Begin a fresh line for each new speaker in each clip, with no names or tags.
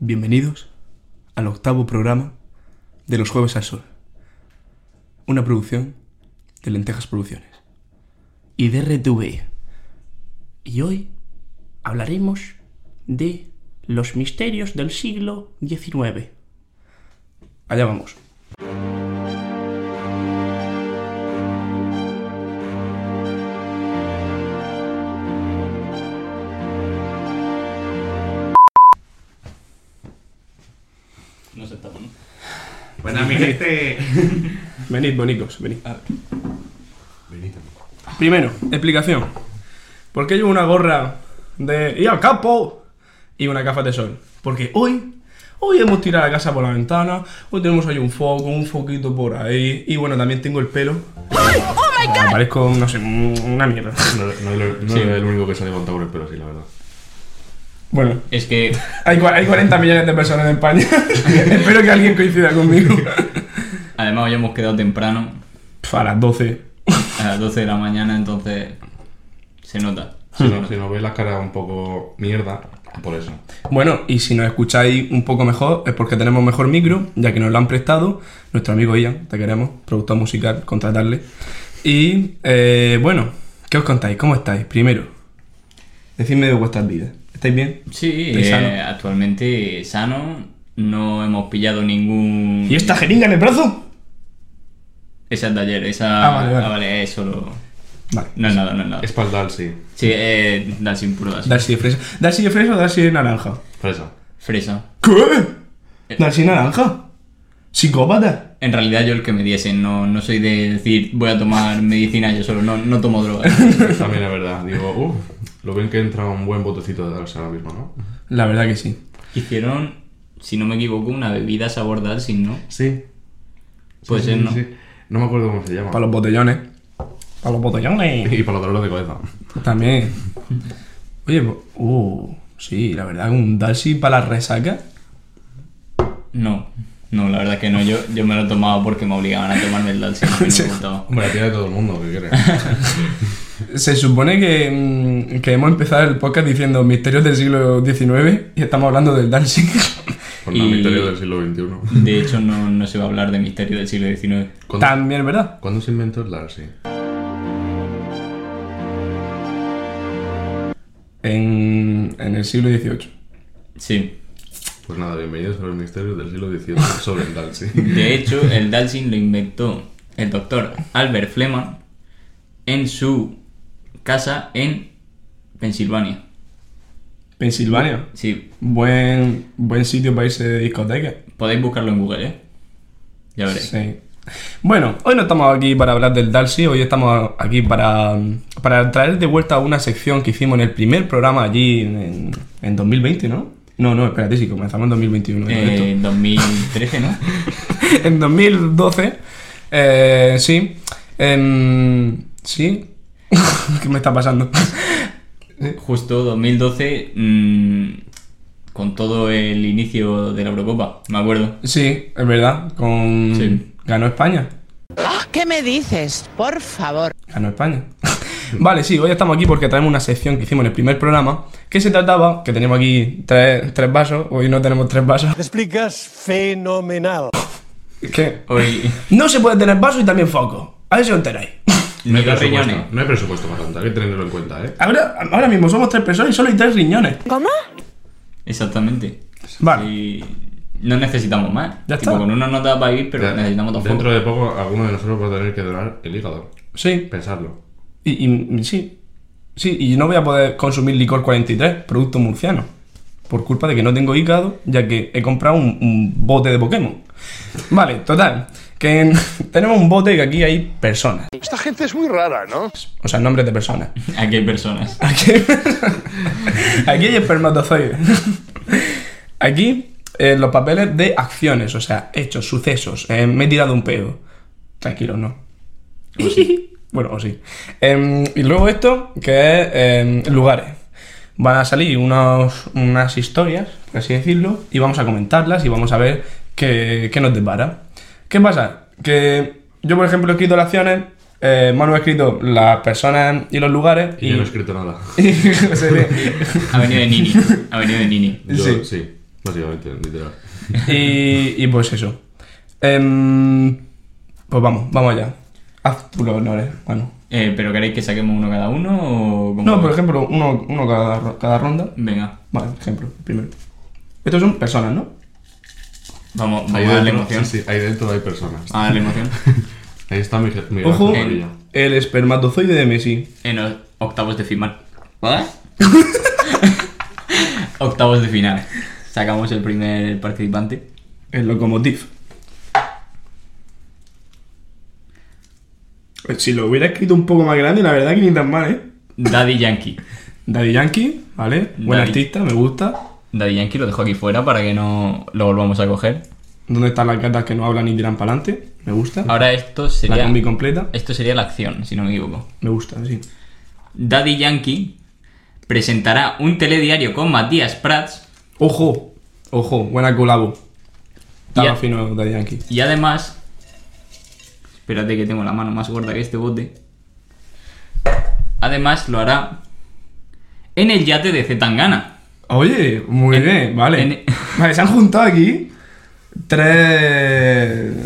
Bienvenidos al octavo programa de Los Jueves al Sol, una producción de Lentejas Producciones y de RTV.
Y hoy hablaremos de los misterios del siglo XIX.
Allá vamos.
No se tapa, ¿no?
Bueno, amiguete.
Venid, bonicos, venid.
Venid.
Primero, explicación. ¿Por qué llevo una gorra de ir al campo y una gafa de sol? Porque hoy, hoy hemos tirado la casa por la ventana, hoy tenemos ahí un foco, un foquito por ahí, y bueno, también tengo el pelo. Ah, Parezco, no sé, una mierda.
No, no, no, no
Sí.
era el único que se ha levantado por el pelo así, la verdad.
Bueno,
Es que
hay, cua- hay 40 millones de personas en España. Espero que alguien coincida conmigo.
además hoy hemos quedado temprano,
Pf, A las 12.
a las 12 de la mañana, entonces se nota.
Si no, si no veis la cara un poco mierda, por eso.
Bueno, y si nos escucháis un poco mejor es porque tenemos mejor micro, ya que nos lo han prestado nuestro amigo Ian, te queremos, productor musical, contratarle. Y eh, bueno, ¿qué os contáis? ¿Cómo estáis? Primero, decidme de vuestras vidas. ¿Estáis bien?
Sí,
¿Estáis
eh,
sano?
actualmente sano, no hemos pillado ningún...
¿Y esta jeringa en el brazo?
Esa es de ayer, esa...
Ah, vale, vale.
es solo...
Vale.
No es nada, no es nada.
Espaldal, sí.
Sí, eh, da sin puro, da sin-
Darcy de fresa. ¿Darcy de fresa o Darcy de naranja?
Fresa.
Fresa.
¿Qué? ¿Darcy de naranja? ¿Psicópata?
En realidad yo el que me diesen, no, no soy de decir voy a tomar medicina yo solo, no, no tomo drogas.
También es verdad. Digo, uff, lo ven que entra un buen botecito de Dalsa ahora mismo, ¿no?
La verdad que sí.
Hicieron, si no me equivoco, una bebida sabor Dalsin, ¿no?
Sí.
Puede ser, Pues ¿no?
No me acuerdo cómo se llama.
Para los botellones. Para los botellones.
Y para los dolores de cabeza.
También. Oye, pues, uh, sí, la verdad, un Dalsy para la resaca.
No, no, la verdad que no. Yo, yo me lo tomaba porque me obligaban a tomarme el Dalsin. no me gustaba.
Hombre, la tiene de todo el mundo, ¿qué quieres?
Se supone que, mm, que hemos empezado el podcast diciendo misterios del siglo XIX y estamos hablando del Dalsy.
Por la
Y-
misterio del siglo XXI.
De hecho, no, no se va a hablar de misterio del siglo XIX.
¿Cuándo,
También, ¿verdad?
cuándo se inventó el Darcy?
En, en el siglo XVIII.
Sí.
Pues nada, bienvenidos sobre el misterio del siglo XVIII, sobre el Darcy.
De hecho, el Dalsin lo inventó el doctor Albert Fleming en su casa en Pensilvania.
Pensilvania.
Sí,
Buen, buen sitio para irse de discoteca.
podéis buscarlo en Google, ¿eh? Ya veréis. Eh,
Sí. Bueno, hoy no estamos aquí para hablar del Darcy, hoy estamos aquí para, para traer de vuelta una sección que hicimos en el primer programa allí en, en 2020, ¿no? No, no, espérate, sí, comenzamos en 2021. correcto.
Eh, 2013, ¿no?
en 2012, eh, sí, em, sí, ¿qué me está pasando?
Justo 2012, mm, con todo el inicio de la Eurocopa, me acuerdo.
sí, es verdad, con...
Sí.
ganó España.
Ah, ¿Qué me dices? Por favor.
Ganó España. vale, sí, hoy estamos aquí porque traemos una sección que hicimos en el primer programa que se trataba, que tenemos aquí tres, tres vasos, hoy no tenemos tres vasos.
Te explicas fenomenal.
que
Hoy
No se puede tener vasos y también foco. A ver si os enteráis.
No hay,
Miguel
presupuesto,
Riñones.
no hay presupuesto para tanto, hay que tenerlo en cuenta, ¿eh?
Ahora, ahora mismo somos tres personas y solo hay tres riñones.
Exactamente.
Vale.
Y no necesitamos más.
Ya
Tipo,
está.
con uno no da para vivir, pero
Ya,
necesitamos dos
Dentro
focos.
de poco, alguno de nosotros va a tener que donar el hígado.
Sí.
Pensarlo.
Y, y- y sí. Sí, y no voy a poder consumir licor 43, producto murciano. Por culpa de que no tengo hígado, ya que he comprado un, un bote de Pokémon. Vale, total. Que en- tenemos un bote que aquí hay personas.
Esta gente es muy rara, ¿no?
O sea, nombres de personas.
Aquí hay personas.
Aquí, aquí hay espermatozoides. Aquí eh, los papeles de acciones, o sea, hechos, sucesos. Eh, me he tirado un pedo. Tranquilo, no. bueno, o sí. Em, y luego esto, que es em, lugares. Van a salir unos- unas historias, por así decirlo, y vamos a comentarlas y vamos a ver qué, qué nos depara. ¿Qué pasa? Que yo, por ejemplo, he escrito las acciones, eh, Manu ha escrito las personas y los lugares.
Y yo no he escrito nada.
Y José,
Ha venido de Nini. Ha venido de Nini.
Yo,
Sí.
sí. Básicamente, literal.
Y, y pues eso. Em, pues vamos, vamos allá. Haz tú los honores, bueno.
Eh, ¿Pero queréis que saquemos uno cada uno o cómo
No,
va?
por ejemplo, uno, uno cada, ro- cada ronda.
Venga,
Vale, por ejemplo, primero. Estos son personas, ¿no?
vamos, vamos a darle
dentro-
emoción.
sí, sí, ahí dentro hay personas.
A darle emoción.
Ahí está mi, mi
Ojo,
gran favorilla.
el espermatozoide de Messi.
En los Eh, octavos de final. octavos de final. Sacamos el primer participante.
El locomotiv. Pues Si lo hubiera escrito un poco más grande, la verdad que ni tan mal, ¿eh?
Daddy Yankee.
Daddy Yankee, ¿vale? Buen
Daddy.
artista, me gusta.
Daddy Yankee lo dejo aquí fuera para que no lo volvamos a coger.
¿Dónde están las gatas que no hablan ni tiran para adelante? Me gusta.
Ahora esto
la
sería.
combi completa.
Esto sería la acción, si no me equivoco.
Me gusta, sí.
Daddy Yankee presentará un telediario con Matías Prats
Ojo, ojo, buena colabo. Estaba
Ya.
fino Daddy Yankee.
y además. Espérate que tengo la mano más gorda que este bote. Además lo hará en el yate de Zetangana.
Oye, muy
En-
bien, vale.
en-
Vale, se han juntado aquí tres...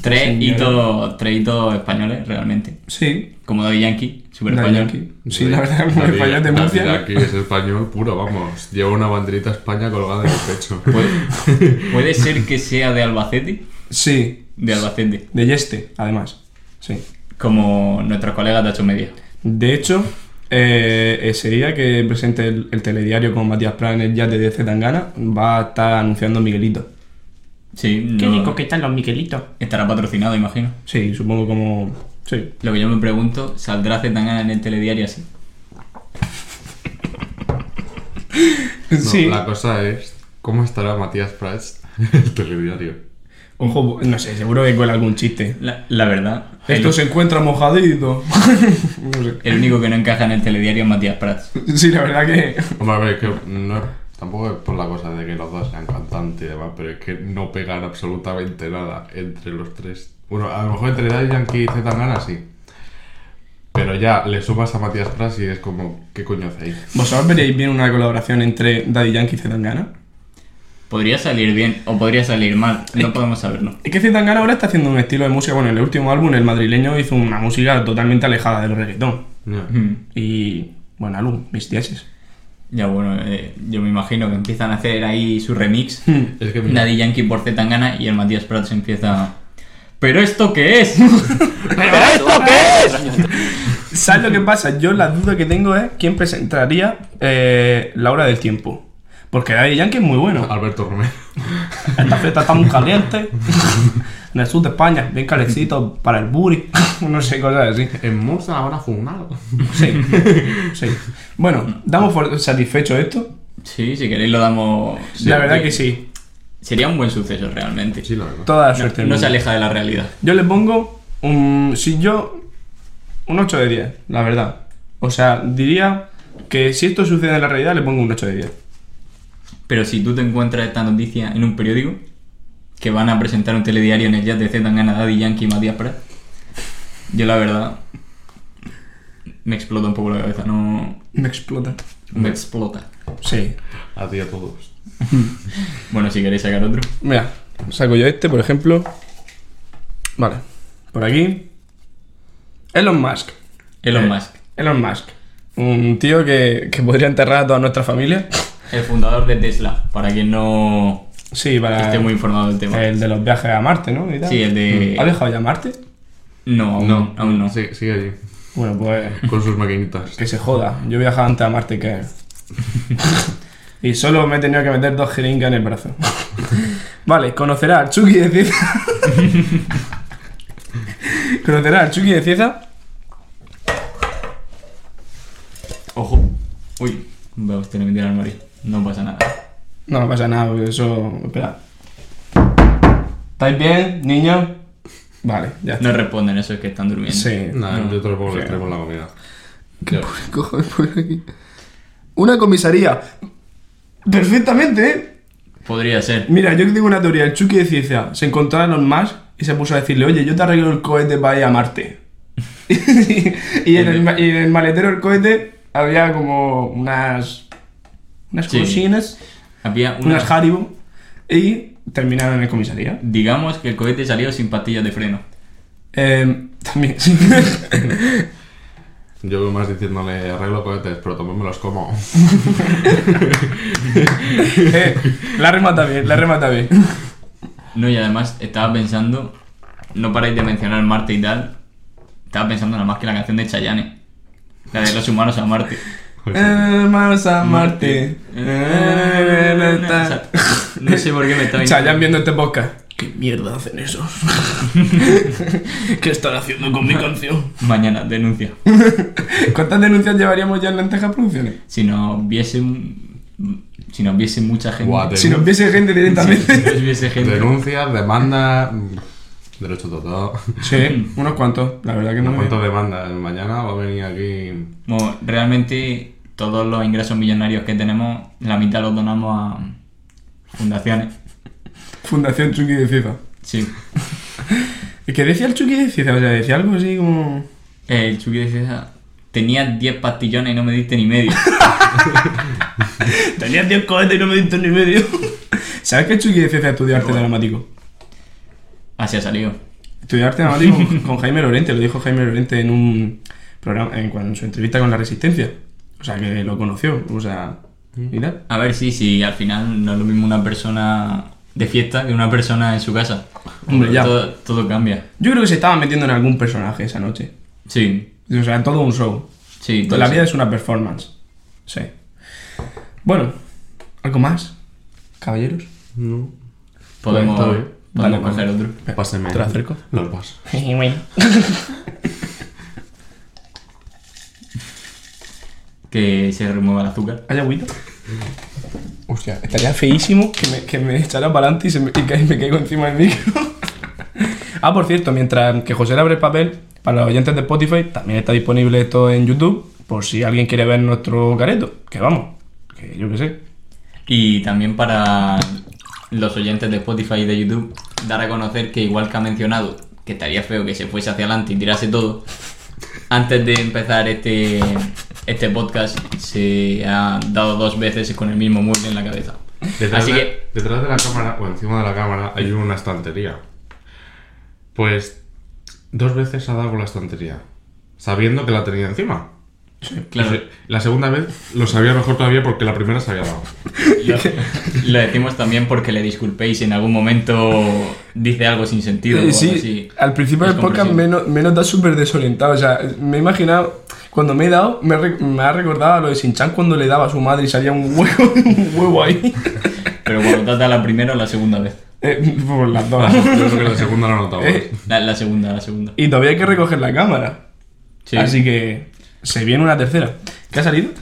Tres
Señor.
hitos, tres hitos españoles, realmente.
Sí,
Como Daddy Yankee, super
Daddy
español.
Yankee. Sí, la verdad, muy
Nadie-
español de
nadie
Murcia.
Aquí es español puro, vamos. Lleva una banderita España colgada en el pecho.
Puede, puede ser que sea de Albacete.
Sí,
De Albacete.
de Yeste, además. Sí.
Como nuestros colegas de 8 Media.
De hecho, eh, ese día que presente el, el telediario con Matías Prat en el yate de Zetangana, va a estar anunciando Miguelito.
Sí,
Qué
no-
rico que están los Miguelitos.
estará patrocinado, imagino.
Sí, supongo como... Sí.
Lo que yo me pregunto, ¿saldrá Zetangana en el telediario así?
No,
sí.
La cosa es, ¿cómo estará Matías Prats en el telediario?
Ojo, no sé, seguro que cuela algún chiste.
La, la verdad.
Esto
el,
se encuentra mojadito. no sé.
el único que no encaja en el telediario es Matías Prats.
Sí, la verdad que.
Hombre, a ver, que no es- Tampoco es por la cosa de que los dos sean cantantes y demás, pero es que no pegan absolutamente nada entre los tres. Bueno, a lo mejor entre Daddy Yankee y Zetangana sí. Pero ya le sumas a Matías Prats y es como, ¿qué coño hacéis?
¿Vosotros veríais bien una colaboración entre Daddy Yankee y Zetangana?
Podría salir bien o podría salir mal. No podemos saberlo.
Es que Zetangana ahora está haciendo un estilo de música. Bueno, en el último álbum, el madrileño hizo una música totalmente alejada del reggaetón.
No.
Hmm.
Mm.
Y. Buen álbum, mis dieces.
Ya bueno, eh, yo me imagino que empiezan a hacer ahí su remix.
Hmm.
Es que mira,
Daddy Yankee por Zetangana y el Matías Prats empieza. ¿Pero esto qué es?
¿Sabes lo que pasa? Yo la duda que tengo es quién presentaría eh, la hora del tiempo. Porque Daddy Yankee es muy bueno.
Alberto Romero.
Esta fiesta está muy caliente. en el sur de España, bien calecito para el buri. no sé, cosas así.
En Murcia ahora fumado.
Sí, sí. Bueno, ¿damos por satisfecho esto?
sí, si queréis lo damos.
la verdad que sí.
Sería un buen suceso realmente.
Sí, la verdad.
Toda la
No-
suerte. del
no
mundo.
se aleja de la realidad.
Yo le pongo un. Si yo. Un 8 de 10, la verdad. O sea, diría que si esto sucede en la realidad, le pongo un 8 de 10.
Pero si tú te encuentras esta noticia en un periódico, que van a presentar un telediario en el Jazz de Zetangana, Daddy Yankee y Matías Prat, yo la verdad me explota un poco la cabeza, no
Me explota.
me explota.
Sí.
A ti y a todos.
Bueno, si queréis sacar otro.
Mira, saco yo este, por ejemplo. Vale. Por aquí. Elon Musk.
Elon
Eh,
Musk,
Elon Musk. Un tío que, que podría enterrar a toda nuestra familia.
el fundador de Tesla, para quien no
Sí, para.
esté muy informado del tema.
Ah, El Mm, de los viajes a Marte, ¿no? Y tal.
Sí, el de-
¿Ha viajado ya a Marte?
No, aún no, aún no.
Ah, Sí, sigue allí.
Bueno, pues.
Con sus maquinitas.
Que se joda. Yo he viajado antes a Marte que él. y solo me he tenido que meter dos jeringas en el brazo. vale, conocerá al Chucky de Cieza. conocerá al Chucky de Cieza.
Ojo. Uy, va usted a meter al armario. No pasa nada.
No pasa nada, porque eso. Espera. ¿Estáis bien, niño? Vale, ya está.
No responden, eso es que están durmiendo.
Sí.
Nada,
no.
yo te lo pongo,
Sí.
le traigo la comida.
Cojo de por aquí. Una comisaría. Perfectamente, ¿eh?
Podría ser.
Mira, yo tengo una teoría. El Chucky de ciencia se encontró a Elon Musk y se puso a decirle, oye, yo te arreglo el cohete para ir a Marte. y, en el, ma- y en el maletero del cohete había como unas... Unas
Sí.
cocinas.
Había unas...
unas Haribo y terminaron en el comisaría.
Digamos que el cohete salió sin pastillas de freno.
Eh, también, sí.
Yo veo más diciéndole arreglo cohetes, pero también me los como.
Eh, la remata bien, la remata bien.
No, y además estaba pensando, no paráis de mencionar Marte y tal, estaba pensando nada más que la canción de Chayanne, la de los humanos a Marte.
Pues
Hermanos Eh, a Marte. Eh,
O sea, no sé por qué me estaba
Chayanne viendo este podcast.
¿Qué mierda hacen esos? ¿Qué están haciendo con mi canción?
Mañana, denuncia.
¿Cuántas denuncias llevaríamos ya en Lentejas Producciones?
Si nos viese, un- si nos viese mucha gente...
Guau,
Si nos viese gente
Si
directamente.
nos viese gente...
Denuncias, demanda. mm, Derecho total.
Sí, unos cuantos. La verdad que no.
No
me-
cuento demandas. Mañana va a venir aquí.
Bueno, realmente todos los ingresos millonarios que tenemos, la mitad los donamos a fundaciones.
Fundación Chucky de FIFA.
Sí.
¿Y ¿Qué decía el Chucky de FIFA? O sea, decía algo así como.
El Chucky de César tenía 10 pastillones y no me diste ni medio.
Tenía 10 cohetes y no me diste ni medio.
¿Sabes que el Chucky de FIFA estudió arte dramático?
Así ha salido.
Estudió arte dramático con- con Jaime Lorente, lo dijo Jaime Lorente en un programa, en, cuando- en su entrevista con La Resistencia. O sea, que lo conoció, o sea, mira.
A ver si si al final no es lo mismo una persona de fiesta que una persona en su casa.
Hombre, ya.
Todo, todo cambia.
Yo creo que se estaba metiendo en algún personaje esa noche.
Sí,
O sea, en todo un show.
sí. todo
La
eso.
vida es una performance. Sí. Bueno, ¿algo más? Caballeros.
Podemos,
Está bien.
Dale,
podemos coger otro.
Páseme.
Te lo acerco.
Los vas.
Que se remueva el azúcar.
¿Hay agüita? Hostia, estaría feísimo que me, que me echara para adelante y, se me, y ca- me caigo encima del micro. ah, por cierto, mientras que José abre el papel, para los oyentes de Spotify, también está disponible esto en YouTube, por si alguien quiere ver nuestro careto. Que vamos, que yo qué sé.
Y también para los oyentes de Spotify y de YouTube, dar a conocer que igual que ha mencionado, que estaría feo que se fuese hacia adelante y tirase todo, antes de empezar este, este podcast se ha dado dos veces con el mismo mueble en la cabeza.
Detrás,
Así
de,
que
detrás de la cámara o encima de la cámara hay una estantería. Pues dos veces ha dado con la estantería, sabiendo que la tenía encima.
Claro.
Pues, La segunda vez lo sabía mejor todavía porque la primera se había dado.
lo, lo decimos también porque le disculpéis si en algún momento dice algo sin sentido. o
Eh,
algo
sí,
así.
al principio
Es
del podcast me,
comprensible.
no- me he notado súper desorientado. O sea, me he imaginado, cuando me he dado, me, he re- me ha recordado a lo de Sinchan cuando le daba a su madre y salía un huevo, un huevo ahí.
Pero cuando trata la primera o la segunda vez.
Eh, por las
Yo
dos.
creo que la segunda la notaba.
Eh,
La, la segunda, la segunda.
Y todavía hay que recoger la cámara.
Sí.
Así que se viene una tercera. ¿Qué ha salido?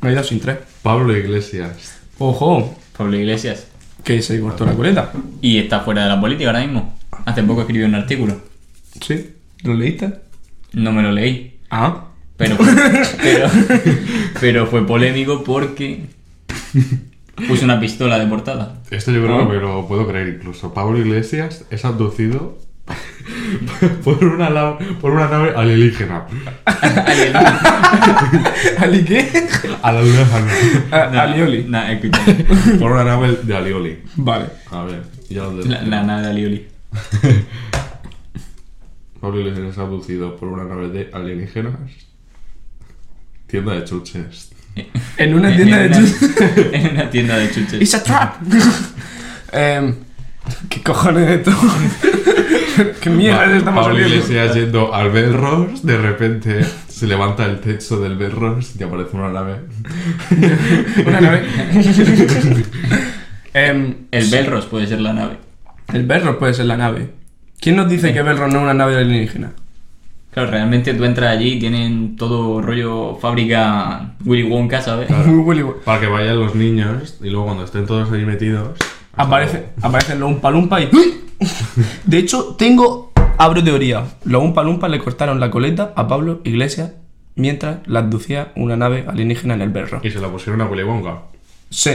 Me he ido sin tres.
Pablo Iglesias.
Ojo,
Pablo Iglesias.
que se cortó la coleta.
Y está fuera de la política ahora mismo. Hace poco escribió un artículo.
Sí, ¿lo leíste?
No me lo leí.
Ah,
Pero, pero, pero fue polémico porque puso una pistola de portada.
Esto yo creo que Este me lo puedo creer incluso. Pablo Iglesias es abducido por una, la- por una nave alienígena.
¿Ali qué?
A la luna
A- Ah, Alioli.
Nah, escucha.
Por una nave de Alioli.
Vale.
A ver, ya lo
La, la nave de Alioli.
Pablo Iglesias es abducido por una nave de alienígenas. Tienda de chuches.
En una
En-
tienda
en
de
una-
chuches.
En una tienda de chuches.
It's a trap. Em, ¿Qué cojones de esto? ¿Qué mierda
Pa-
es estamos
Pablo
haciendo?
Iglesias yendo al Belros, de repente se levanta el techo del Belros y aparece una nave.
Una nave. Em,
El Belros puede ser la nave.
el Berro puede ser la nave. ¿Quién nos dice que Berro no es una nave alienígena?
Claro, realmente tú entras allí y tienen todo rollo fábrica Willy Wonka, ¿sabes?
Muy Willy Wonka.
Para que vayan los niños y luego cuando estén todos ahí metidos.
Aparece, aparecen los Umpalumpa y. De hecho, tengo. Abro teoría. Los Umpalumpa le cortaron la coleta a Pablo Iglesias mientras la abducía una nave alienígena en el berro.
Y se la pusieron a Willy Wonka.
Sí.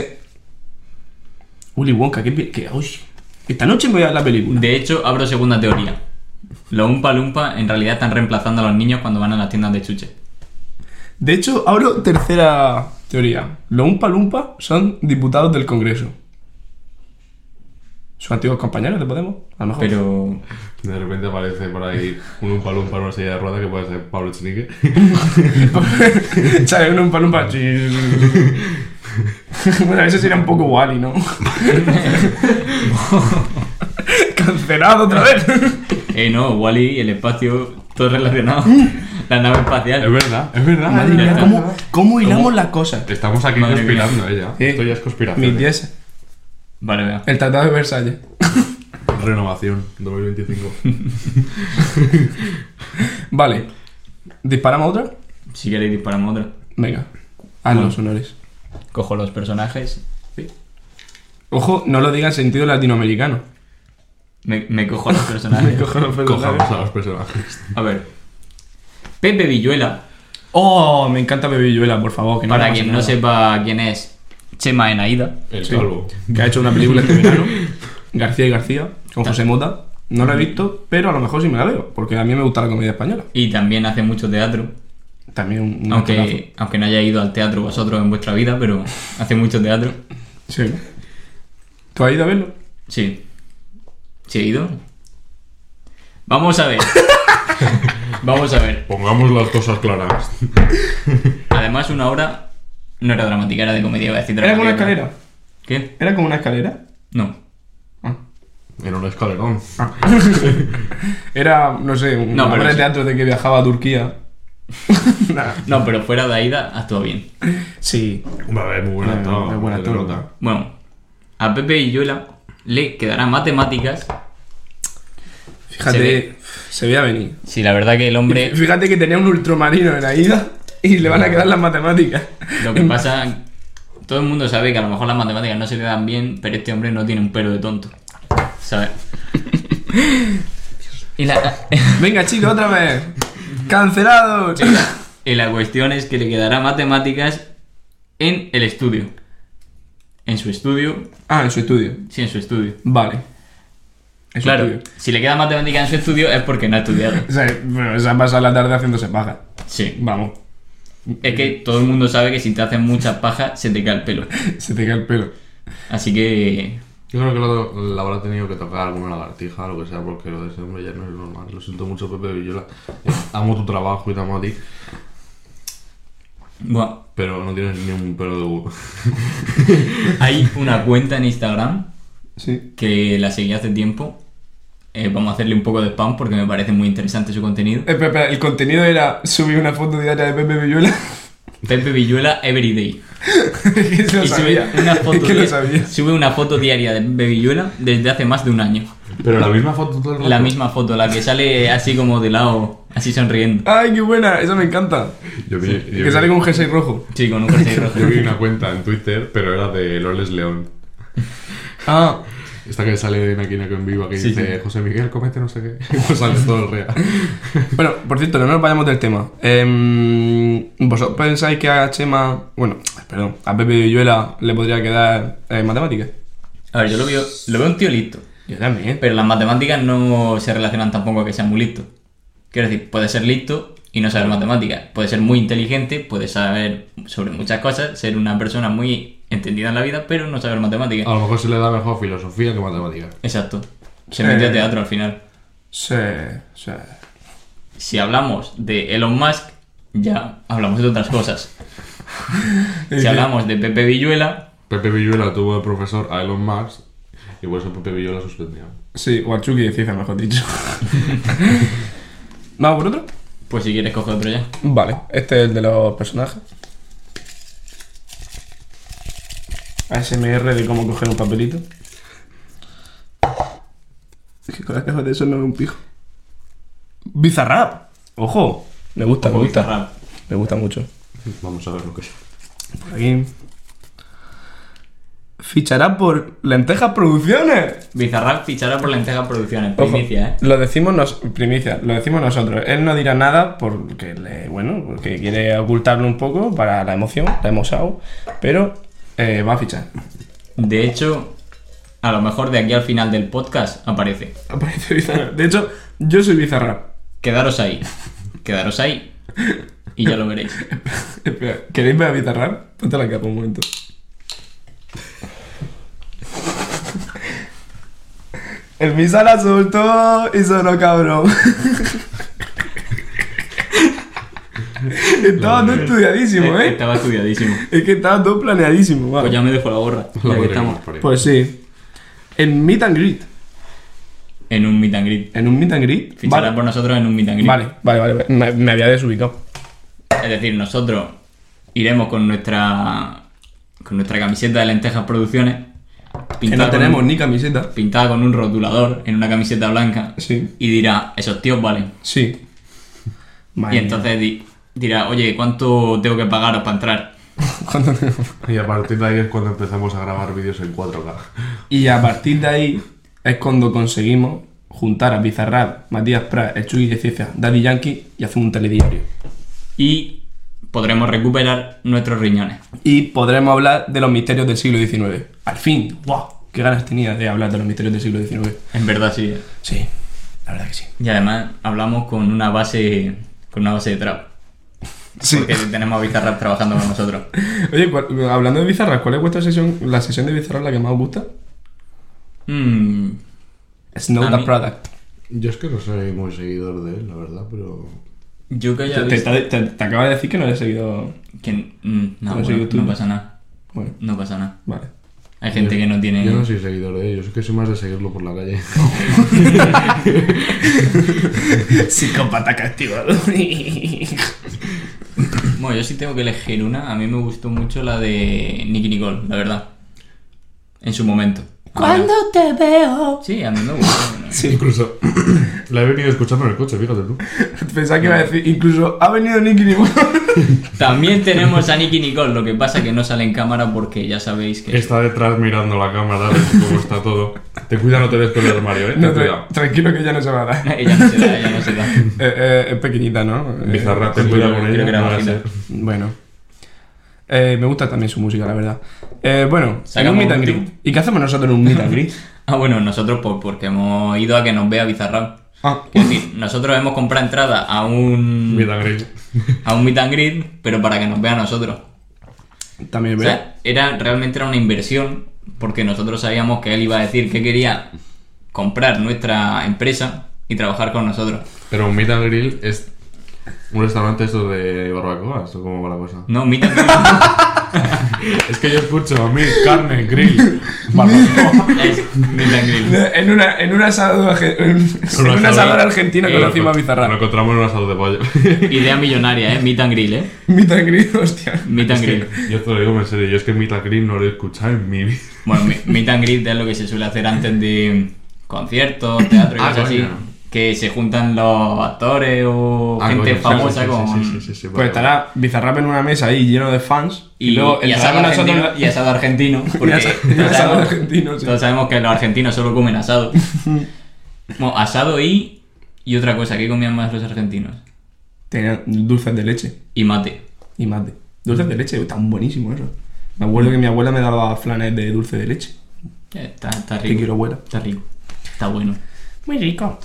Willy Wonka, qué. pi- qué- uy. Esta noche me voy a ver la película.
De hecho, abro segunda teoría. Los Umpa Lumpa en realidad están reemplazando a los niños cuando van a las tiendas de chuches.
De hecho, abro tercera Teoría. Los Umpa Lumpa son diputados del Congreso. Sus antiguos compañeros de Podemos, a lo mejor.
Pero.
De repente aparece por ahí un un palum para una silla de ruedas que puede ser Pablo Chinique.
Sale un Umpa Lumpa. chi- bueno, eso sería un poco Wally, ¿no? Cancelado otra vez.
Eh, no, Wally, el espacio, todo relacionado. La nave
es
espacial.
verdad, es verdad.
Madre
es
mía,
verdad.
¿cómo, cómo hilamos las cosas?
Estamos aquí
Madre mía.
conspirando, eh, ya. Esto ya es conspiración.
Mi
eh.
diez,
Vale, vea.
el Tratado de Versalles.
Renovación 2025.
Vale. ¿Disparamos otra?
Si queréis disparamos otra.
Venga. Ah, Haz los honores.
Cojo los personajes. sí.
Ojo, no lo diga en sentido latinoamericano.
Me, me cojo los personajes.
Cojamos a los personajes.
A ver. Pepe Villuela.
Oh, me encanta Bebelluela, por favor. Que no
Para
le pase
quien no
nada.
sepa quién es, Chema Enaida.
El calvo.
Que ha hecho una película este verano. García y García, con José Mota. No la he visto, pero a lo mejor sí me la veo, porque a mí me gusta la comedia española.
Y también hace mucho teatro.
También un, un actorazo.
Aunque, aunque no haya ido al teatro vosotros en vuestra vida, pero hace mucho teatro.
Sí. ¿Tú has ido a verlo?
Sí. Sí, he ido. Vamos a ver. Vamos a ver.
Pongamos las cosas claras.
Además, una obra no era dramática, era de comedia, iba a decir
Era como una
dramática, pero-
escalera.
¿Qué?
Era como una escalera.
No.
Era un escalerón.
Era, no sé, un
No,
obra
pero
de
sí.
teatro de que viajaba a Turquía. Nah.
No, pero fuera de Aida actuó bien.
Sí.
Hombre, a ver, muy buena
Muy
estaba.
buena, muy buena
de
estaba.
nota.
Bueno, a Pepe y Yola le quedará matemáticas.
Fíjate, se
Se
veía
ve.
venir.
Sí, la verdad que el hombre.
Eh, Fíjate que tenía un ultramarino en Aida y le van a quedar las matemáticas.
Lo que pasa. Todo el mundo sabe que a lo mejor las matemáticas no se le dan bien, pero este hombre no tiene un pelo de tonto. ¿Sabes? Y la,
Venga, chicos, otra vez. Cancelado.
y la cuestión es que le quedará matemáticas en el estudio. En su estudio.
Ah, en su estudio.
Sí, en su estudio.
Vale. En su
claro,
estudio.
si le queda matemática en su estudio es porque no ha estudiado.
O sea, bueno, se ha pasado la tarde haciéndose paja.
Sí.
Vamos.
Es que todo el mundo sabe que si te hacen mucha paja se te cae el pelo.
Se te cae el pelo.
Así que
Yo creo que lo, la habrá tenido que tocar alguna lagartija o lo que sea, porque lo de ese hombre ya no es normal. Lo siento mucho, Pepe Villola. eh, Amo tu trabajo y te amo a ti,
Buah,
pero no tienes ni un pelo de huevo.
hay una cuenta en Instagram
Sí.
que la seguí hace tiempo. Eh, vamos a hacerle un poco de spam porque me parece muy interesante su contenido.
Espera, espera, Eh, el contenido era subir una foto diaria de Pepe Villuela.
Pepe Villuela Everyday.
que se lo
Y sube
sabía.
una, foto
Es que lo
di-
sabía.
sube una foto diaria de Pepe Villuela desde hace más de un año.
Pero la misma foto todo el rato.
La misma foto, la que sale así como de lado, así sonriendo.
Ay, qué buena, esa me encanta.
Yo vi, yo
Que
vi-
sale con un jersey rojo.
Sí, con un jersey rojo.
yo vi una cuenta en Twitter, pero era de Loles León.
Ah,
Esta que sale en aquí en en vivo, que
Sí,
dice José Miguel, comete no sé qué. Y pues sale todo el real.
Bueno, por cierto, no nos vayamos del tema. Em, ¿Vosotros pensáis que a Chema, bueno, perdón, a Pepe Villuela le podría quedar eh, matemáticas?
A ver, yo lo veo, lo veo un tío listo.
Yo también.
Pero las matemáticas no se relacionan tampoco a que sea muy listo. Quiero decir, puede ser listo y no saber matemáticas. Puede ser muy inteligente, puede saber sobre muchas cosas, ser una persona muy entendida en la vida, pero no saber matemáticas.
A lo mejor se le da mejor filosofía que matemática.
Exacto. Se metió a teatro al final.
Sí, sí.
Si hablamos de Elon Musk, ya hablamos de otras cosas. Si hablamos de Pepe Villuela,
Pepe Villuela tuvo de profesor a Elon Musk y por eso Pepe Villuela suspendió.
Sí, o a Chucky de ciencia, mejor dicho. ¿Vamos por otro?
pues si quieres coge otro ya.
Vale, este es el de los personajes. ASMR de cómo coger un papelito. Es que con las gafas de eso no veo un pijo. Bizarrap. Ojo. Me gusta, me gusta.
Rap.
Me gusta mucho.
Vamos a ver lo que es.
Por aquí. Fichará por Lentejas Producciones.
Bizarrap fichará por Lentejas Producciones.
Ojo,
Primicia, ¿eh?
Lo decimos nos, primicia, lo decimos nosotros. Él no dirá nada porque le, bueno, porque quiere ocultarlo un poco para la emoción, la hemos dado, pero eh, va a fichar.
De hecho, a lo mejor de aquí al final del podcast aparece.
Aparece Bizarrap. De hecho, yo soy Bizarrap.
Quedaros ahí. Quedaros ahí. y ya lo veréis.
Espera, ¿queréis ver a Bizarrar? Ponte la capa un momento. El misa la soltó y sonó cabrón. Estaba todo estudiadísimo,
Eh,
¿eh?
Estaba estudiadísimo.
Es que estaba todo planeadísimo, va.
Pues ya me dejo la gorra, ya
Lo
que
podremos
estamos.
poner.
Pues sí. En meet and greet.
En un meet and greet.
En un meet and greet.
Fichará
Vale,
por nosotros en un meet and greet.
vale, vale. vale. Me, me había desubicado.
Es decir, nosotros iremos con nuestra con nuestra camiseta de lentejas producciones.
Que no
con
tenemos
un-
ni camiseta.
pintada con un rotulador en una camiseta blanca.
Sí.
Y dirá, esos tíos valen.
Sí. Madre
Y
mía.
entonces di- dirá, oye, ¿cuánto tengo que pagaros para entrar?
Cuando tenemos-
pues-
Y a partir de ahí es cuando empezamos a grabar vídeos en 4K.
Y a partir de ahí es cuando conseguimos juntar a Bizarrap, Matías Prat, el Chuy de Ciencia, Daddy Yankee y hacer un telediario.
Y podremos recuperar nuestros riñones.
Y podremos hablar de los misterios del siglo XIX. Al fin, wow, qué ganas tenía de hablar de los misterios del siglo XIX.
En verdad, sí.
Sí, la verdad que sí.
Y además hablamos con una base con una base de trap.
Sí.
Porque tenemos a Bizarrap trabajando con nosotros.
Oye, cuál- hablando de Bizarrap, ¿cuál es vuestra sesión, la sesión de Bizarrap la que más os gusta?
Mm,
Snow
A
the
mí-
Product.
Yo es que no soy muy seguidor de él, la verdad, pero.
yo que haya
Te,
visto...
te- te- te acaba de decir que no le he seguido...
que- mm, no,
Lo
bueno,
sigo tú.
no pasa nada.
Bueno,
No pasa nada.
vale.
Hay gente que no tiene...
Yo no soy seguidor de él, yo es que soy más de seguirlo por la calle.
Psicópata castigado.
Bueno, yo sí tengo que elegir una. A mí me gustó mucho la de Nicky Nicole, la verdad. En su momento. ¿Cuándo te veo? Sí, a mí me gustó. ¿no?
Incluso la he venido escuchando en el coche, fíjate tú.
Pensaba que iba a decir, incluso ha venido Nicky Nicole.
También tenemos a Nicky Nicole, lo que pasa que no sale en cámara porque ya sabéis que...
Está detrás mirando la cámara, ves cómo está todo. Ten cuidado, no te ves con el armario, eh. Ten
No,
cuidado.
tra- tranquilo que ya no se va a dar.
ella no se da, ella no se da.
Eh, eh, es pequeñita, ¿no? Eh,
Bizarra, ten
sí,
cuidado
creo
con
que
ella.
era
no vaya a
bajita.
ser.
Bueno. Eh, me gusta también su música, la verdad. Eh, bueno, en
Sacamos
un meet
un
and greet.
team.
¿Y qué hacemos nosotros en un meet and greet?
Ah, bueno, nosotros pues, porque hemos ido a que nos vea Bizarrap.
Ah.
Es decir, nosotros hemos comprado entrada a un,
Mira, Grey.
a un meet and greet, pero para que nos vea a nosotros.
También es
O
verdad.
sea, era, realmente era una inversión, porque nosotros sabíamos que él iba a decir que quería comprar nuestra empresa y trabajar con nosotros.
Pero un Meet and Grill es un restaurante esto de barbacoas o cómo va la cosa.
No, meet and greet
Es que yo escucho a mí carne, grill, barbacoa.
es meet and greet.
En, una, en un asado, arge- en un asador argentino conocimos a
Lo
Bizarra.
encontramos en un asado de pollo.
Idea millonaria, ¿eh? Meet and greet, ¿eh?
Meet and greet, hostia.
Meet and greet.
yo te lo digo en serio, yo es que Meet and Grill no lo he escuchado en mi vida.
Bueno, me- meet and greet es lo que se suele hacer antes de conciertos, teatro y
Ah,
cosas así.
coño.
Que se juntan los actores o
Ah,
gente
coño,
famosa
sí, sí,
con.
sí, sí, sí, sí,
Pues
vale, vale.
estará Bizarrap en una mesa ahí lleno de fans. Y,
Y,
luego
y asado
entraremos nosotros.
argentino, y asado argentino, porque
asa- y
todos,
asado
sabemos,
argentino, sí.
todos sabemos que los argentinos solo comen asado. Bueno, asado y, y otra cosa, ¿qué comían más los argentinos?
Tenían dulces de leche.
Y mate.
y mate. Dulces de leche, tan buenísimo eso. Me acuerdo que mi abuela me daba flanes de dulce de leche.
Eh, Está, está
Que quiero
rico.
abuela.
Está rico. Está bueno.
Muy rico.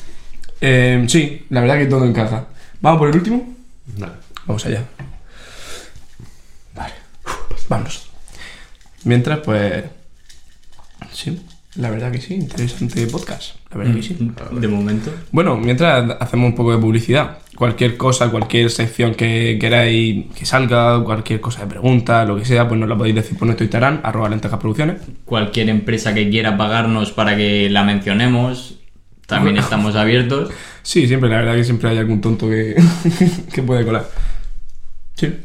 Em, sí, la verdad que todo encaja. Vamos por el último.
Dale.
Vamos allá. Vale. Uf, Vamos. Mientras, pues. Sí, la verdad que sí. Interesante podcast. La verdad que sí.
Mm.
De momento.
Bueno, mientras hacemos un poco de publicidad, cualquier cosa, cualquier sección que queráis que salga, cualquier cosa de pregunta, lo que sea, pues nos la podéis decir por nuestro Instagram, arroba lentejas producciones.
Cualquier empresa que quiera pagarnos para que la mencionemos, también estamos abiertos.
Sí, siempre, la verdad que siempre hay algún tonto que, que puede colar. Sí.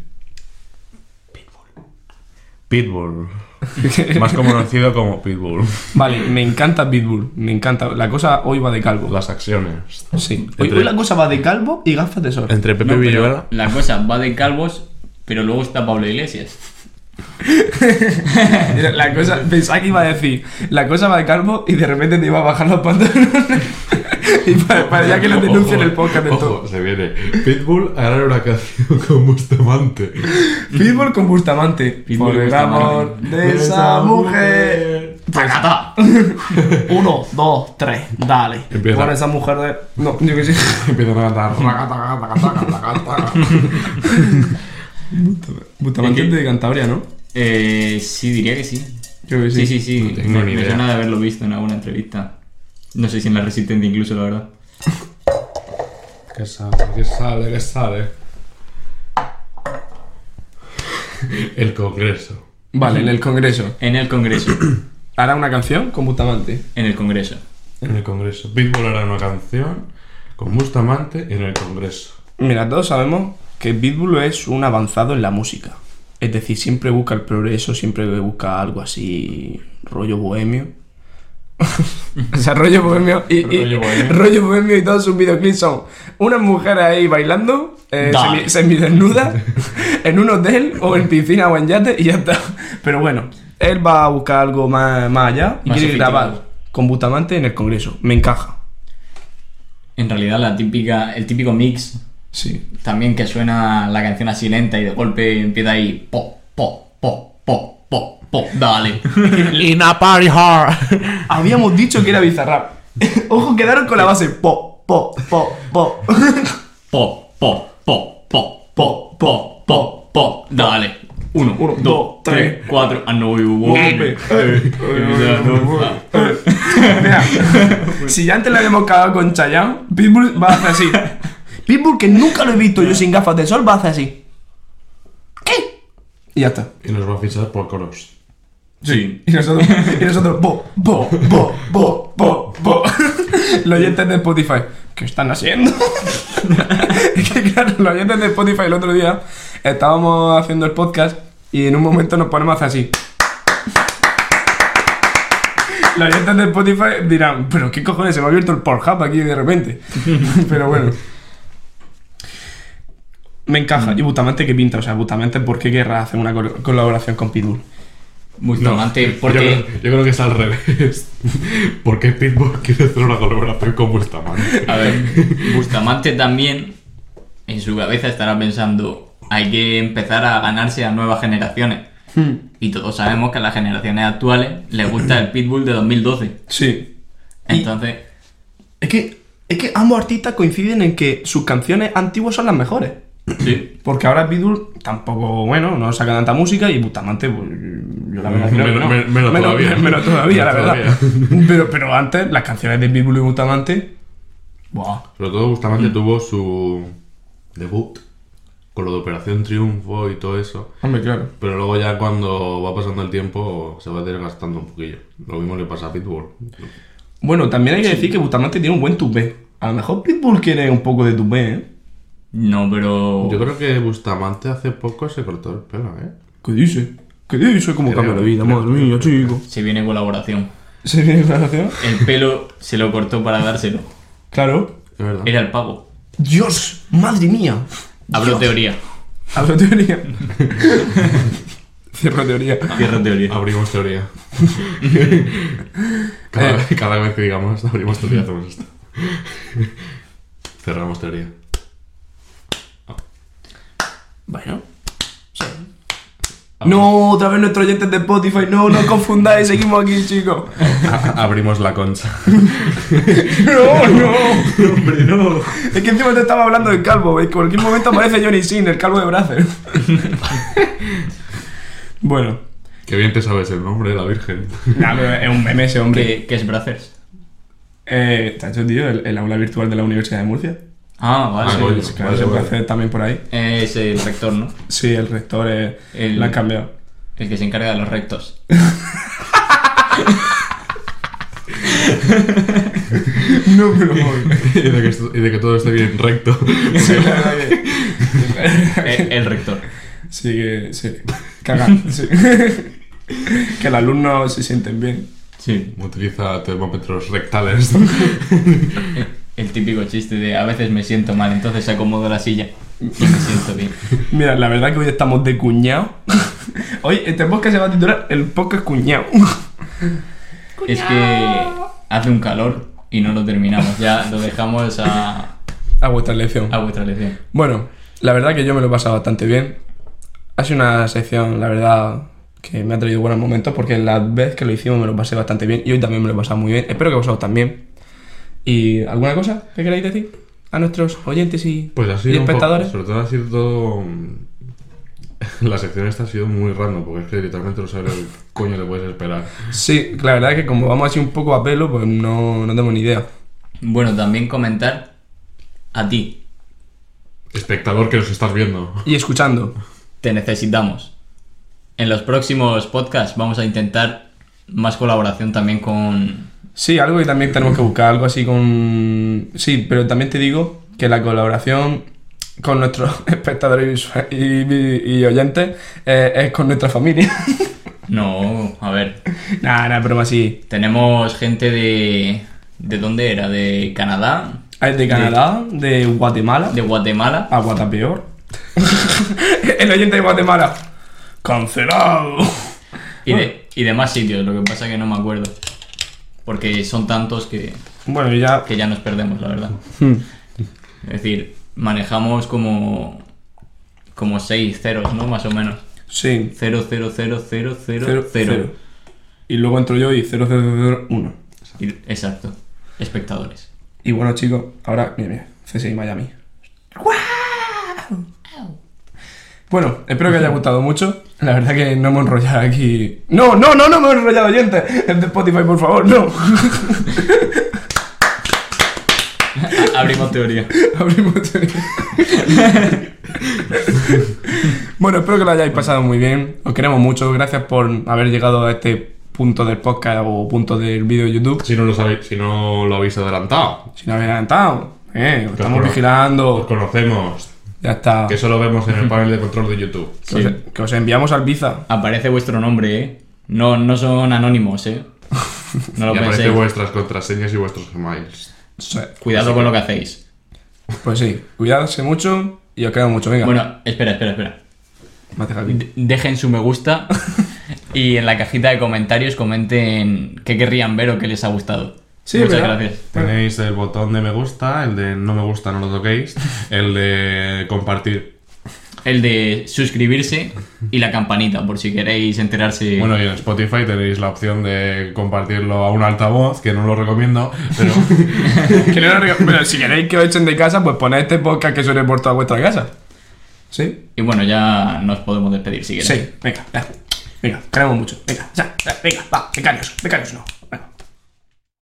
Pitbull. Más como conocido como Pitbull.
Vale, me encanta Pitbull, me encanta. La cosa hoy va de calvo.
Las acciones.
Sí. Hoy,
Entre-
hoy la cosa va de calvo y gafas de sol.
Entre Pepe
No, pero
Villavera.
la cosa va de calvos, pero luego está Pablo Iglesias.
La cosa, pensaba que iba a decir, la cosa va de calvo y de repente te iba a bajar los pantalones. y para, para ya que lo denuncien el podcast de
Ojo,
todo.
se viene. Pitbull hará una canción con Bustamante.
Pitbull con Bustamante.
Pitbull
por el
Bustamante.
amor de esa mujer.
¡Tacata! Uno, dos, tres, dale.
Empieza.
Con esa mujer de. No, yo qué sé.
Empiezan a cantar. "Raca, taca, taca, taca, taca, taca".
Bustamante
¿De qué?
de Cantabria, ¿no?
Eh, sí, diría que sí.
Creo que
Sí, sí, sí.
No tengo
me,
ni
me
idea.
suena de haberlo visto en alguna entrevista. No sé si en la Resistente incluso, la verdad.
Que sale, que sale, que sale. El Congreso.
Vale, en el Congreso.
En el Congreso.
Hará una canción con Bustamante.
en el Congreso.
En el Congreso. Pitbull hará una canción con Bustamante en el Congreso.
Mira, todos sabemos que Pitbull es un avanzado en la música. Es decir, siempre busca el progreso, siempre busca algo así, rollo bohemio. o sea, rollo bohemio y, y-
Rollo bohemio.
rollo bohemio y todos sus videoclips son unas mujeres ahí bailando, eh,
Dale.
semi- semidesnudas, en un hotel o en piscina o en yate y ya está. Pero bueno, él va a buscar algo más, más allá y
Más
quiere
sofisticado.
grabar con Bustamante en el Congreso. Me encaja.
En realidad, la típica, el típico mix
Sí.
también que suena la canción así lenta y de golpe empieza ahí po, po, po, po, po, po, dale.
In a party hard.
Habíamos dicho que era Bizarrap. Ojo, quedaron con la base po, po, po, po.
Po, po, po, po, po, po, po, po, dale. Uno,
Uno, dos,
dos, tres,
tres.
cuatro. Ah, I know you want me. ah.
Mira, si ya antes la habíamos cagado con Chayanne, Pitbull va a hacer así. Pitbull, que nunca lo he visto yo sin gafas de sol, va a hacer así. ¿Qué? Y ya está.
Y nos va a fichar por coros.
Sí.
Y nosotros, y nosotros, po, po, po, po, po, po. Los oyentes de Spotify, ¿qué están haciendo? es que claro, los oyentes de Spotify el otro día estábamos haciendo el podcast y en un momento nos ponemos a hacer así. Los oyentes de Spotify dirán, pero qué cojones, se me ha abierto el Pornhub aquí de repente. pero bueno. Me encaja. Y Bustamante que pinta, o sea, Bustamante, ¿por qué querrá hacer una col- colaboración con Pitbull?
Bustamante,
Yo
porque...
creo, yo creo que es al revés. ¿Por qué Pitbull quiere hacer una colaboración con Bustamante?
A ver, Bustamante también en su cabeza estará pensando, hay que empezar a ganarse a nuevas generaciones.
Hmm.
Y todos sabemos que a las generaciones actuales les gusta el Pitbull de 2012.
Sí,
Entonces,
Es que, es que ambos artistas coinciden en que sus canciones antiguas son las mejores.
sí.
Porque ahora Pitbull tampoco, bueno, no saca tanta música y Bustamante, pues, yo la verdad creo que no.
Menos- men- menos todavía.
Menos todavía, la
Menos
verdad.
todavía.
Pero, pero antes, las canciones de Pitbull y Bustamante... Buah.
Sobre todo Bustamante tuvo su debut con lo de Operación Triunfo y todo eso.
Hombre, claro.
Pero luego ya cuando va pasando el tiempo se va desgastando un poquillo. Lo mismo le pasa a Pitbull.
Bueno, también hay que decir que Bustamante tiene un buen tupé. A lo mejor Pitbull quiere un poco de tupé, ¿eh?
No, pero...
Yo creo que Bustamante hace poco se cortó el pelo, ¿eh?
¿Qué dice? ¿Qué dice? ¿Cómo
Creo,
cambia la vida?
creo.
Madre mía, chico.
Se viene colaboración.
¿Se viene la canción?
El pelo se lo cortó para dárselo.
Claro.
Es verdad.
Era el pago.
Dios, madre mía.
Hablo teoría.
Abro teoría. Cierro teoría.
Cierro teoría.
Abrimos teoría. cada, vez- cada vez que digamos abrimos teoría hacemos esto. Cerramos teoría.
Bueno. No, otra vez nuestros oyentes de Spotify. No, no confundáis, seguimos aquí, chicos.
A- abrimos la concha.
No, no. Hombre, no. Es que encima te estaba hablando del calvo. En cualquier momento aparece Johnny Sin, el calvo de Bracer. bueno.
Qué bien te sabes el nombre de la Virgen.
Nah, pero es un meme ese hombre.
¿Qué, qué es Brazers?
Eh, ¿Te has hecho, tío, el, el aula virtual de la Universidad de Murcia?
Ah, vale.
Ah, coño.
Claro,
Vale,
se puede
vale.
hacer también por ahí.
Es el rector, ¿no?
Sí, el rector es,
El-
la han cambiado.
El que se encarga de los rectos.
No me lo
y, de que, esto- y de que todo esté bien recto.
El, el rector.
Sí, que sí. Caga, sí. que los alumnos se sienten bien.
Sí.
Utiliza termómetros rectales.
El típico chiste de a veces me siento mal, entonces acomodo la silla y me siento bien.
Mira, la verdad que hoy estamos de cuñado. hoy este podcast se va a titular El podcast cuñado.
Es que hace un calor y no lo terminamos, ya lo dejamos a,
a vuestra elección.
a vuestra elección.
Bueno, la verdad que yo me lo he pasado bastante bien. Ha sido una sección, la verdad, que me ha traído buenos momentos porque la vez que lo hicimos me lo pasé bastante bien y hoy también me lo he pasado muy bien. Espero que vosotros también. ¿Y alguna cosa que queráis decir a nuestros oyentes y,
Pues ha
y
sido. un po-
espectadores?
sobre todo ha sido todo. mm, La sección esta ha sido muy random, porque es que literalmente no sabes lo que coño te puedes esperar.
Sí, la verdad es que como vamos así un poco a pelo, pues no, no tengo ni idea.
Bueno, también comentar a ti.
Espectador que nos estás viendo.
Y escuchando,
Te necesitamos. En los próximos podcasts vamos a intentar más colaboración también con...
Sí, algo que también tenemos que buscar, algo así con... Sí, pero también te digo que la colaboración con nuestros espectadores y, visu- y- y oyentes eh, es con nuestra familia.
No, a ver.
nah, nah, broma, sí.
Tenemos gente de... ¿De dónde era? ¿De Canadá?
Es de Canadá, de Guatemala,
¿De Guatemala?
a Guatapeor. El oyente de Guatemala. Cancelado.
Y de, y de más sitios, lo que pasa que no me acuerdo. Porque son tantos que,
Bueno, ya...
que ya nos perdemos, la verdad. Es decir, manejamos como... Como seis ceros, ¿no? Más o menos.
Sí.
Cero, cero, cero, cero, cero,
Cero,
cero.
cero. Y luego entro yo y 00001.
Y- Exacto. Espectadores.
Y bueno, chicos, ahora, mira, mira, CSI Miami. Bueno, espero que haya gustado mucho. La verdad que no hemos enrollado aquí. No, no, no, no me he enrollado, oyente. El de Spotify, por favor, no.
Abrimos teoría.
Abrimos teoría. bueno, espero que lo hayáis pasado muy bien. Os queremos mucho. Gracias por haber llegado a este punto del podcast o punto del vídeo de YouTube.
Si no lo, sabéis, si no lo habéis adelantado,
Si no habéis adelantado, eh, os estamos
bueno. os
vigilando.
conocemos.
Ya está.
Que eso lo vemos en el panel de control de YouTube.
Que os- que os enviamos al Biza.
Aparece vuestro nombre, ¿eh? No, no son anónimos, ¿eh? No lo
Y aparecen
penséis.
vuestras contraseñas y vuestros emails.
Sí,
Cuidado con lo que hacéis.
Pues sí, cuidadse mucho y os queda mucho, venga.
Bueno, espera, espera, espera.
me hace Javi.
De- Dejen su me gusta y en la cajita de comentarios comenten qué querrían ver o qué les ha gustado.
Sí,
Muchas
¿verdad?
gracias.
Tenéis el botón de me gusta, el de no me gusta, no lo toquéis, el de compartir.
El de suscribirse y la campanita, por si queréis enterarse.
Bueno, y en Spotify tenéis la opción de compartirlo a un altavoz, que no lo recomiendo, pero
Que no lo rega- Pero si queréis que os echen de casa, pues poned este podcast que suene por toda vuestra casa. ¿Sí?
Y bueno, ya nos podemos despedir si queréis.
Sí, venga, ya. Venga, queremos mucho. Venga, ya, ya, venga, va, becarios, becarios no.